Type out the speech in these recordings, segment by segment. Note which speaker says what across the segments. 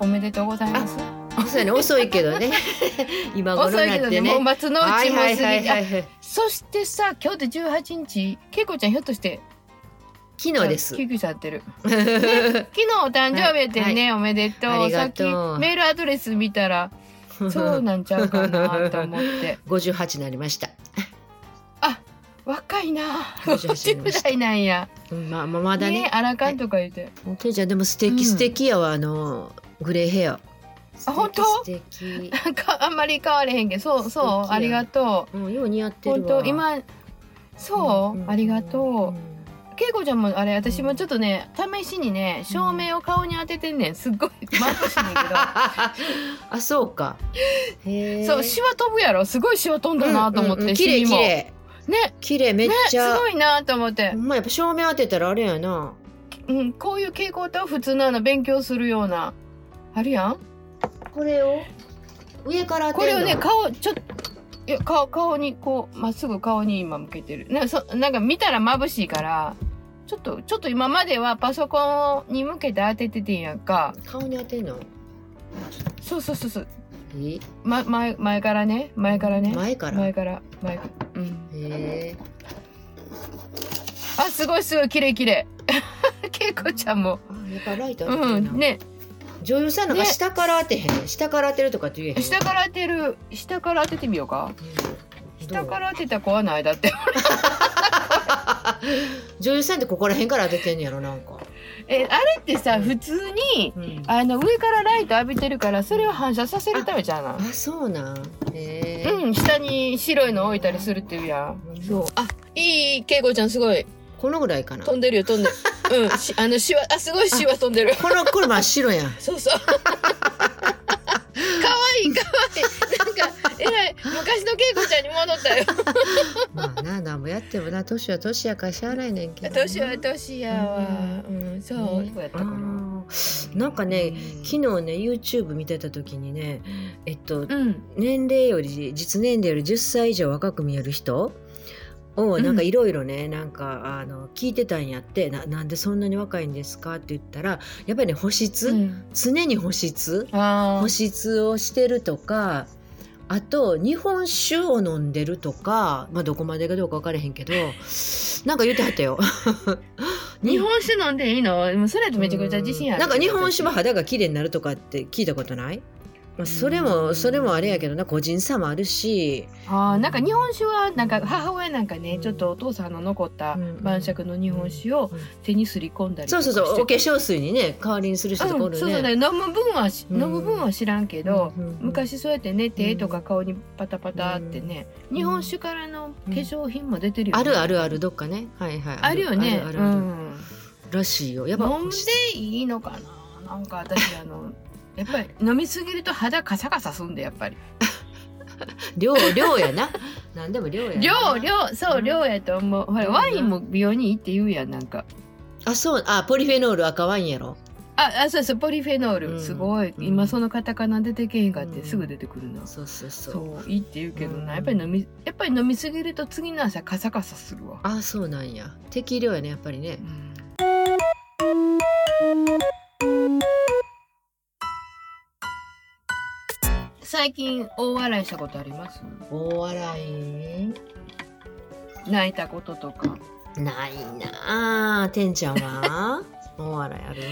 Speaker 1: おめでとうございます。
Speaker 2: そうやね遅いけ どね今頃に
Speaker 1: 遅い
Speaker 2: な
Speaker 1: けど
Speaker 2: っ
Speaker 1: ね、
Speaker 2: てね
Speaker 1: もう松の
Speaker 2: は
Speaker 1: 内
Speaker 2: い
Speaker 1: も過
Speaker 2: は
Speaker 1: ぎ
Speaker 2: いはいは
Speaker 1: て。あ
Speaker 2: いはい
Speaker 1: そしてさ、今日で18日、けいこちゃんひょっとして、
Speaker 2: 昨日です
Speaker 1: 救急車やってる。 昨日お誕生日やってんね、おめでとう。
Speaker 2: ありがとう
Speaker 1: さっきメールアドレス見た ら、そうなんちゃうかなと思って。
Speaker 2: 58になりました
Speaker 1: 若いな。
Speaker 2: 58
Speaker 1: 50代なんや。
Speaker 2: うんまあまあまだ
Speaker 1: ね
Speaker 2: ね
Speaker 1: あらかんとか言って。
Speaker 2: てんちゃんでも素
Speaker 1: うん
Speaker 2: 敵素敵やわ、あのグレーヘア
Speaker 1: あ本当
Speaker 2: 素敵素 敵
Speaker 1: なんかあんまり変われへんけど、そう
Speaker 2: 素敵や
Speaker 1: そう、ありがと
Speaker 2: うんよう似合っ
Speaker 1: う。
Speaker 2: てるわ
Speaker 1: 本当今、そう、ありがと
Speaker 2: う
Speaker 1: う。けいこちゃんもあれ、私もちょっとね、試しにね、照明を顔に当ててんねん。すっごい眩しいねんだけど。
Speaker 2: あそうか へえ
Speaker 1: そうシワ飛ぶやろすごいシワ飛んだなと思って、
Speaker 2: うんうんうん綺麗
Speaker 1: シミ
Speaker 2: 綺
Speaker 1: も
Speaker 2: 麗
Speaker 1: ね
Speaker 2: 綺麗めっ
Speaker 1: ね
Speaker 2: ち
Speaker 1: す
Speaker 2: ゃ、
Speaker 1: ごいなと思って
Speaker 2: ほ、んまやっぱ照明当てたらあれやな
Speaker 1: うん、こういう傾向と普通のあの勉強するようなあるやん
Speaker 2: これを上から
Speaker 1: こ
Speaker 2: 当て
Speaker 1: れ
Speaker 2: る
Speaker 1: を
Speaker 2: の
Speaker 1: ね顔ちょっといや顔顔にこうまっすぐ顔に今向けてるなんかそなんか見たら眩しいからちょっとちょっと今まではパソコンに向けて当てててんやんか
Speaker 2: 顔に当てるの
Speaker 1: そうそうそうそう、
Speaker 2: え
Speaker 1: ま、前前からね前からね
Speaker 2: 前から
Speaker 1: 前から前からうん
Speaker 2: へえ
Speaker 1: あすごいすごい綺麗綺麗 けいこちゃんも
Speaker 2: あやっぱライト当てて
Speaker 1: う
Speaker 2: るな、
Speaker 1: んね
Speaker 2: 女優さんなんか
Speaker 1: ね
Speaker 2: 下から当てへん、下から当てるとかって言えへん
Speaker 1: 下から当てる下から当ててみようか
Speaker 2: うんどう
Speaker 1: 下から当てた子はないだって
Speaker 2: 女優さんってここら辺から当ててんねやろなんか、
Speaker 1: えあれってさ普通に
Speaker 2: うんあ
Speaker 1: あの上からライト浴びてるからそれを反射させるためじゃな
Speaker 2: そうなんへえ、
Speaker 1: うん下に白いの置いたりするっていうやん
Speaker 2: そう
Speaker 1: あいいけいこちゃんすごい
Speaker 2: このぐらいかな
Speaker 1: 飛んでるよ飛んでるうんしあのしわあすごいしわ飛んでる
Speaker 2: このこれ真っ白やん
Speaker 1: そうそうかわいいかわいいなんかえらい昔のけいこちゃんに戻ったよ
Speaker 2: まあな何もやってもな年は年やからしゃあないねんけどな
Speaker 1: 年は年やわうんそう
Speaker 2: ね
Speaker 1: そうやった
Speaker 2: あ
Speaker 1: から
Speaker 2: ーなんかね
Speaker 1: き
Speaker 2: 昨日ね YouTube 見てた時にねえっと
Speaker 1: うん
Speaker 2: 年齢より実年齢より10歳以上若く見える人をなんか
Speaker 1: うん
Speaker 2: いろいろね、なんかあの聞いてたんやってななんでそんなに若いんですかって言ったらやっぱりね保湿、
Speaker 1: うん
Speaker 2: 常に保湿
Speaker 1: あ
Speaker 2: 保湿をしてるとかあと日本酒を飲んでるとか、まあ、どこまでがどうか分からへんけどなんか言ってはっ たよ。
Speaker 1: 日本酒飲んでいいのもうそれやとめちゃくちゃ自信ある
Speaker 2: なんか日本酒も肌が綺麗になるとかって聞いたことない、まあ、それもそれもあれやけどな個人差もあるし
Speaker 1: あーなんか日本酒はなんか母親なんかねちょっとお父さんの残った晩酌の日本酒を手にすり込んだりと
Speaker 2: そう
Speaker 1: か
Speaker 2: そうそうお
Speaker 1: して
Speaker 2: 化粧水にね代わりにする人とかお
Speaker 1: うん
Speaker 2: る
Speaker 1: そうそうだ
Speaker 2: ね。
Speaker 1: よ飲む分はし
Speaker 2: うん
Speaker 1: 飲む分は知らんけど
Speaker 2: うんうんうん
Speaker 1: 昔そうやってね手とか顔にパタパタってね
Speaker 2: うん
Speaker 1: 日本酒からの化粧品も出てるよね
Speaker 2: あるあるあるどっかねはいはい
Speaker 1: あるよね
Speaker 2: あ
Speaker 1: う
Speaker 2: るあるある
Speaker 1: ん
Speaker 2: らしいよやっぱ
Speaker 1: 飲んでいいのかななんか私あのやっぱり飲みすぎると肌カサカサすんでやっぱり
Speaker 2: 量量やな 何でも量やな
Speaker 1: 量量そう
Speaker 2: うん
Speaker 1: 量やと思うほら
Speaker 2: うん
Speaker 1: ワインも美容にいいって言うやんなんか
Speaker 2: あそうあポリフェノール赤ワインやろ
Speaker 1: ああそうそうポリフェノール、
Speaker 2: うん
Speaker 1: すごい
Speaker 2: うん
Speaker 1: 今そのカタカナ出てけへんかって、
Speaker 2: うん
Speaker 1: すぐ出てくるな
Speaker 2: そうそうそう
Speaker 1: そういいって言うけどな、
Speaker 2: うん
Speaker 1: やっぱり飲みやっぱり飲みすぎると次の朝カサカサするわ、
Speaker 2: あそうなんや適量やねやっぱりね
Speaker 1: うん最近大笑いしたことあります
Speaker 2: 大笑い
Speaker 1: 泣いたこととか
Speaker 2: ないなあてんちゃん は大笑いある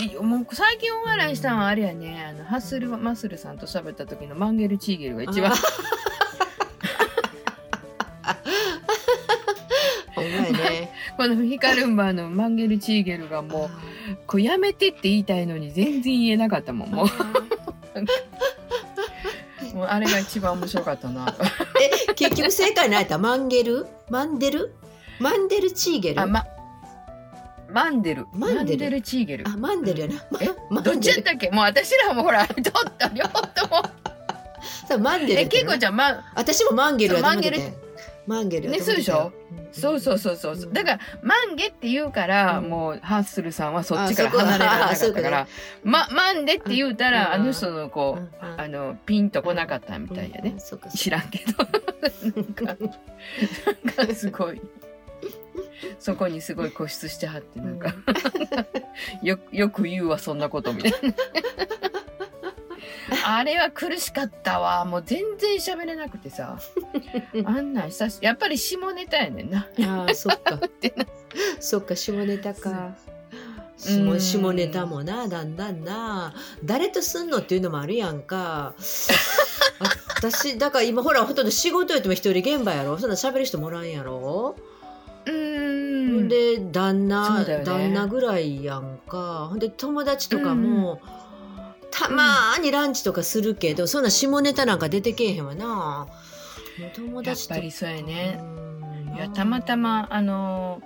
Speaker 1: いやもう最近お笑いしたのはあれやねあのハッスルマッスルさんと喋った時のマンゲルチーゲルが一番
Speaker 2: あほんまやね
Speaker 1: このヒカルンバーのマンゲルチーゲルがもうこうやめてって言いたいのに全然言えなかったもんもうもうあれが一番面白かったな
Speaker 2: え結局正解ないったマンゲルマンデルマンデルチーゲル
Speaker 1: あ、ま、マンデル
Speaker 2: マンデル
Speaker 1: チーゲル
Speaker 2: あマンデルやな、
Speaker 1: え
Speaker 2: マ
Speaker 1: どっ
Speaker 2: ン
Speaker 1: ち
Speaker 2: デ
Speaker 1: やっ
Speaker 2: ル
Speaker 1: たっけもう私らもほらちょっと両方とも
Speaker 2: そうマンデル
Speaker 1: え
Speaker 2: やけ
Speaker 1: けい
Speaker 2: どな
Speaker 1: こちゃんマン
Speaker 2: 私もマンゲルやと思ってたよ
Speaker 1: そう
Speaker 2: マンゲルやと思ってたよん
Speaker 1: そうそうそうそうそうだからマンゲって言うから、
Speaker 2: うん
Speaker 1: もうハッスルさんはそっちから
Speaker 2: あそこ
Speaker 1: 離れられなかっ
Speaker 2: あそうい
Speaker 1: た
Speaker 2: うこ
Speaker 1: か
Speaker 2: と
Speaker 1: ら
Speaker 2: ね
Speaker 1: まマンデって言うたら、
Speaker 2: うん
Speaker 1: あの人のこう、
Speaker 2: うんうん
Speaker 1: あのピンとこなかったみたいやね、
Speaker 2: うんそうかそうか
Speaker 1: 知らんけど なんかなんかすごいそこにすごい固執してはってなんか、よよく言うわそんなことみたいな あれは苦しかったわ。もう全然喋れなくて さ。あんなん久し、やっぱり下ネタやねんな。
Speaker 2: ああ そっか
Speaker 1: てな
Speaker 2: そっか下ネタか
Speaker 1: うん
Speaker 2: 下下ネタもなだんだんな誰とすんのっていうのもあるやんか私だから今ほらほとんど仕事やっても一人現場やろそんな喋る人もおらんやろ、
Speaker 1: う
Speaker 2: ほ
Speaker 1: ーん。
Speaker 2: ん、で旦
Speaker 1: そ
Speaker 2: 那、
Speaker 1: うだよね
Speaker 2: 旦那ぐらいやんかほんで友達とかも、たまーにランチとかするけどそんな下ネタなんか出てけえへんわなもう友
Speaker 1: やっ
Speaker 2: 達と
Speaker 1: ぱりそうやね。
Speaker 2: うん
Speaker 1: いや、たまたま、あの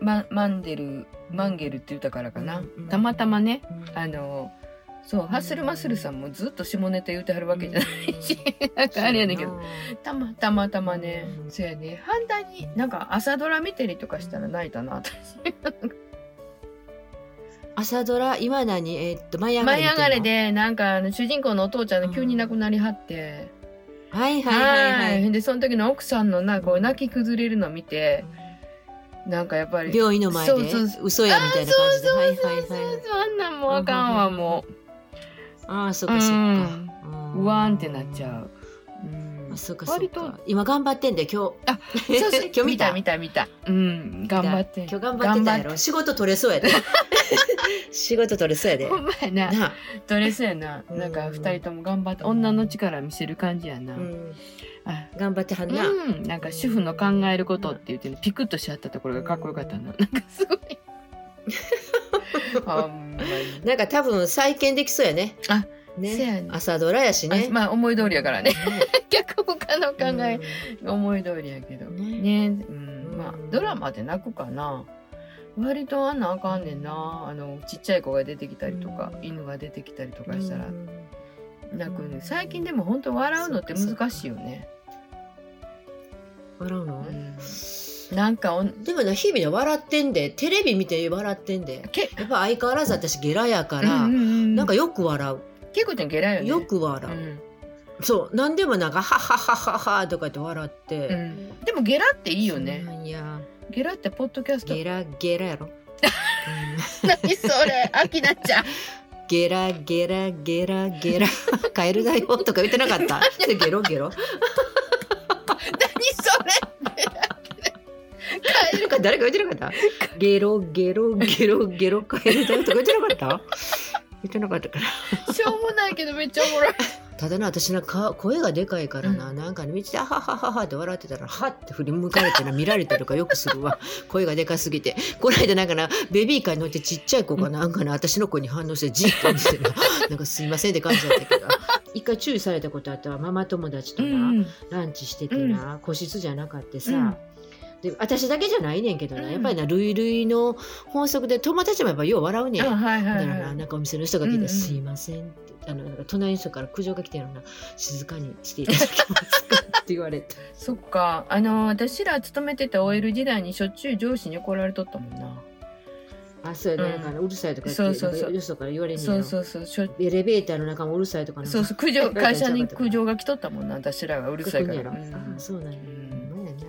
Speaker 1: ーマ、マンデル、マンゲルって言ったからかな。
Speaker 2: うん
Speaker 1: たまたまね、
Speaker 2: うん
Speaker 1: あのーそう、ハッスルマッスルさんもずっと下ネタ言うてはるわけじゃないし、なんかあれやねんけど。たまたまたまね、
Speaker 2: うん
Speaker 1: そうやね反対になんか朝ドラ見てりとかしたら泣いたな私
Speaker 2: 朝ドラ今何えっと舞い上がれ
Speaker 1: 舞い上がれ
Speaker 2: 見てん
Speaker 1: でなんかあの主人公のお父ちゃんが急に亡くなりはって、
Speaker 2: のはいはいはいはい
Speaker 1: でその時の奥さんのなこう泣き崩れるの見てなんかやっぱり
Speaker 2: 病院の前で
Speaker 1: そうそうそ
Speaker 2: 嘘やみたいな感じで
Speaker 1: あ
Speaker 2: はい
Speaker 1: ーそう
Speaker 2: はい
Speaker 1: そう
Speaker 2: はい
Speaker 1: そうあんなんもうあかんわも
Speaker 2: ああそうっかそっか
Speaker 1: うんうわーんってなっちゃう、うん
Speaker 2: あそうかそ
Speaker 1: 割
Speaker 2: う
Speaker 1: と
Speaker 2: か今頑張ってんだよ今
Speaker 1: あ
Speaker 2: 日
Speaker 1: そうそう
Speaker 2: 今日見た
Speaker 1: 見た見たうん頑張って
Speaker 2: 今日頑張ってたやろ仕事取れそう やで仕事取れそうやで
Speaker 1: ほんまやな
Speaker 2: なあ
Speaker 1: ドレスやな。
Speaker 2: うん
Speaker 1: なんか二人とも頑張って、女の力見せる感じやな。
Speaker 2: うん
Speaker 1: あ
Speaker 2: 頑張ってはんな
Speaker 1: うん、なんか主婦の考えることって言ってねピクッとしちゃったところがかっこよかったな。なんかすごい。あんまり。
Speaker 2: なんか多分再建できそうやね
Speaker 1: あせや
Speaker 2: ね
Speaker 1: ね
Speaker 2: 朝ドラやしね
Speaker 1: あまあ思い通りやからね。逆他の 考
Speaker 2: うん
Speaker 1: え、思い通りやけど。ね
Speaker 2: ね
Speaker 1: うん、まあドラマで泣くかな。割とあんなんあかんねんな。あの、ちっちゃい子が出てきたりとか
Speaker 2: う、ん
Speaker 1: 犬が出てきたりとかしたら
Speaker 2: う、ん
Speaker 1: 泣くね。最近でも本当笑うのって難しいよね。
Speaker 2: 笑うの
Speaker 1: うんなんかおん
Speaker 2: でもな日々ね笑ってんでテレビ見て笑ってんで
Speaker 1: け
Speaker 2: やっぱ相変わらず私ゲラやから、
Speaker 1: うんうんうん、
Speaker 2: なんかよく笑う、
Speaker 1: 結構ちゃんゲラよね。
Speaker 2: よく
Speaker 1: う
Speaker 2: 笑う、
Speaker 1: ん、
Speaker 2: そう何でもなんか「ははははは」とか言って笑って、
Speaker 1: うんでもゲラっていいよ
Speaker 2: そう
Speaker 1: ね。
Speaker 2: なんや
Speaker 1: ゲラってポッドキャスト
Speaker 2: ゲ。ラゲラやろ、う ん
Speaker 1: 何それ、あきなちゃん。
Speaker 2: ゲラゲラゲラゲラカエルだよとか言ってなかったそれゲロゲロ
Speaker 1: 何それ。カエル
Speaker 2: なんか誰か言ってなかったゲロゲロゲロゲロカエルだよとか言ってなかった言ってなかったかな
Speaker 1: しょうもないけど、めっちゃおもろい。
Speaker 2: ただな私なんか声がでかいからな、
Speaker 1: う
Speaker 2: なんかね道で「あはははは」って笑ってたら「は」って振り向かれてな見られたりとかよくするわ 声がでかすぎてこの間なんかなベビーカーに乗ってちっちゃい子がなんかな私の子に反応してじっと見てな なんか「すいません」って感じだったけど 一回注意されたことあったわママ友達とな、
Speaker 1: うん、
Speaker 2: ランチしててな、個室じゃなかってさ、で私だけじゃないねんけどな、
Speaker 1: うん
Speaker 2: やっぱりな類類の法則で友達もやっぱよう笑うねん
Speaker 1: あ、はいは
Speaker 2: だか
Speaker 1: い
Speaker 2: ら
Speaker 1: は。
Speaker 2: ないなんかお店の人が聞いた
Speaker 1: うんう
Speaker 2: ら「
Speaker 1: ん
Speaker 2: すいません」ってあのなんか隣の人から苦情が来てるのな「静かにしていただけますか」って言われ て
Speaker 1: そっか、あの、私ら勤めてた OL 時代にしょっちゅう上司に怒られとったもんな。
Speaker 2: あそうや
Speaker 1: うん
Speaker 2: ね、なんかうるさいとか
Speaker 1: そ
Speaker 2: 言
Speaker 1: う
Speaker 2: って
Speaker 1: そう
Speaker 2: なん
Speaker 1: そう
Speaker 2: かよそから言われんねん
Speaker 1: そう
Speaker 2: よ
Speaker 1: そうそう、しょ。
Speaker 2: エレベーターの中もうるさいとかなんか
Speaker 1: そうそう、苦情、
Speaker 2: 書いたん
Speaker 1: 会
Speaker 2: ちゃうか
Speaker 1: 社
Speaker 2: とか
Speaker 1: に苦情が来とったもんな、私らがうるさいから。
Speaker 2: 書くんやろ
Speaker 1: うん
Speaker 2: あそうなんや
Speaker 1: うん
Speaker 2: ほんまやな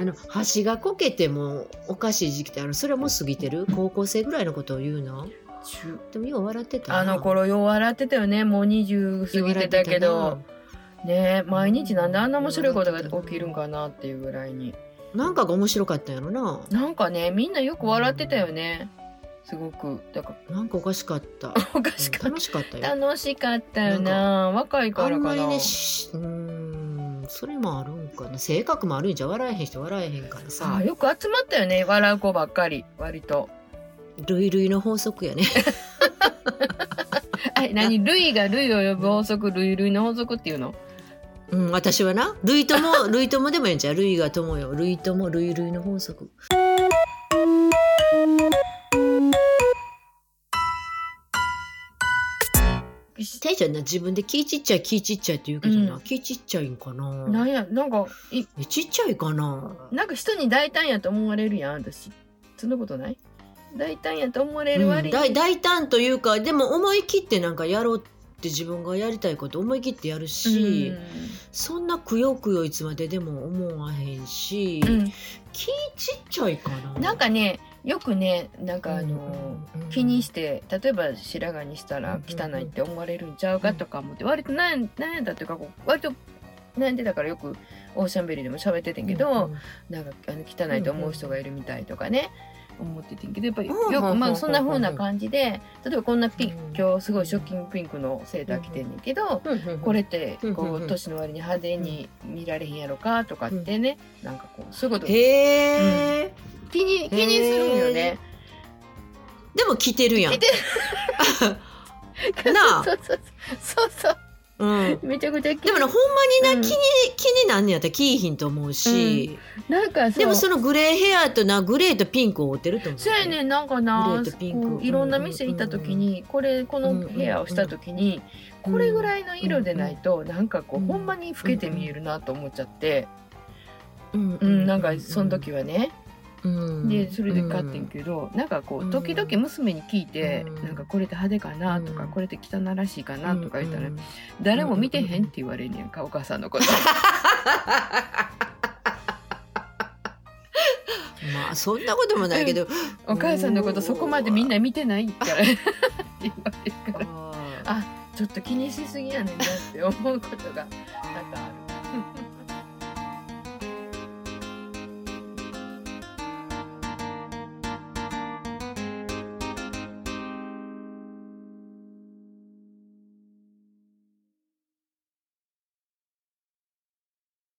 Speaker 2: あの橋がこけてもおかしい時期ってあるそれはもう過ぎてる高校生ぐらいのことを言うの
Speaker 1: 中
Speaker 2: でもよう笑ってたな
Speaker 1: あの頃よう笑ってたよねもう20過ぎてたけどねえ毎日なんであんな面白いことが起きるんかなっていうぐらいに
Speaker 2: なんかが面白かったんやろな
Speaker 1: なんかねみんなよく笑ってたよねすごくだか
Speaker 2: なんかおかしかった
Speaker 1: ら おかしかっ
Speaker 2: 楽しかったよ
Speaker 1: た楽しかったよな若いか
Speaker 2: あ
Speaker 1: ら
Speaker 2: ん
Speaker 1: か
Speaker 2: まり
Speaker 1: な、
Speaker 2: ねしうーんそれもあるんかな性格もあるんじゃ笑えへん人笑えへんから
Speaker 1: さ
Speaker 2: さ
Speaker 1: あよく集まったよね笑う子ばっかり割と
Speaker 2: 類類の法 則やね
Speaker 1: あ何類が類を呼ぶ法則類類の法則っていうの
Speaker 2: うん私はな類とも類ともでもいいんじゃう類が友よ類とも類類の法則ていちゃんな自分で気ちっちゃい気ちっちゃいって言うけどな、
Speaker 1: うん
Speaker 2: 気ちっちゃいんかな
Speaker 1: なんやなんかい
Speaker 2: えちっちゃいかな
Speaker 1: なんか人に大胆やと思われるやん私そんなことない大胆やと思われ
Speaker 2: う
Speaker 1: る
Speaker 2: ん
Speaker 1: 割に、
Speaker 2: 大大胆というかでも思い切ってなんかやろうって自分がやりたいこと思い切ってやるし、そんなくよくよいつまででも思わへんし、
Speaker 1: うんうん
Speaker 2: 気ちっちゃいかな
Speaker 1: なんかねよくねなんかあの、気にして例えば白髪にしたら汚いって思われるんちゃうかとか思って割と悩ん悩んだっていうかこう割と悩んでたからよくオーシャンベリーでも喋っててんけど、なんかあの汚いと思う人がいるみたいとかね、思っててんけどやっぱり
Speaker 2: うん
Speaker 1: よく、ま
Speaker 2: う
Speaker 1: あ、
Speaker 2: ん
Speaker 1: そんな風な感じで例えばこんなピン
Speaker 2: うん
Speaker 1: 今日すごいショッキングピンクのセーター着てんねんけど、これって
Speaker 2: うん
Speaker 1: こ
Speaker 2: うんう
Speaker 1: うん年の割に派手に見られへんやろかとかってね、なんかこうそういうこと
Speaker 2: へえ、
Speaker 1: 気に気にするんよね。
Speaker 2: でも着てるやん
Speaker 1: 着て
Speaker 2: なあ
Speaker 1: そうそうそうそう
Speaker 2: うん
Speaker 1: そうめちゃくちゃ気に
Speaker 2: でもねほんま
Speaker 1: う
Speaker 2: に
Speaker 1: ん
Speaker 2: な気に、気になんねやったら着いひんと思うし、
Speaker 1: なんかそう
Speaker 2: でもそのグレーヘアとなグレーとピンクを追ってると思う
Speaker 1: そうやねんなんかな
Speaker 2: グレーとピンク
Speaker 1: こういろんな店行った時に、これこのヘアをした時に、
Speaker 2: うん
Speaker 1: これぐらいの色でないと、なんかこう、
Speaker 2: うん
Speaker 1: ほんまに老けて見えるなと思っちゃって、
Speaker 2: うん
Speaker 1: うんなんかその時はね、
Speaker 2: うん
Speaker 1: でそれで買ってんけど、なんかこ
Speaker 2: う
Speaker 1: うん時々娘に聞いて、
Speaker 2: うん
Speaker 1: なんかこれって派手かなとか、
Speaker 2: うん
Speaker 1: これって汚らしいかなとか言ったら、
Speaker 2: うん
Speaker 1: 誰も見てへんって言われんねやんかお母さんのこと
Speaker 2: まあそんなこともないけど、
Speaker 1: お母さんのことそこまでみんな見てないから って言われるから
Speaker 2: あー
Speaker 1: ちょっと気にしすぎやねんなって思うことがまた。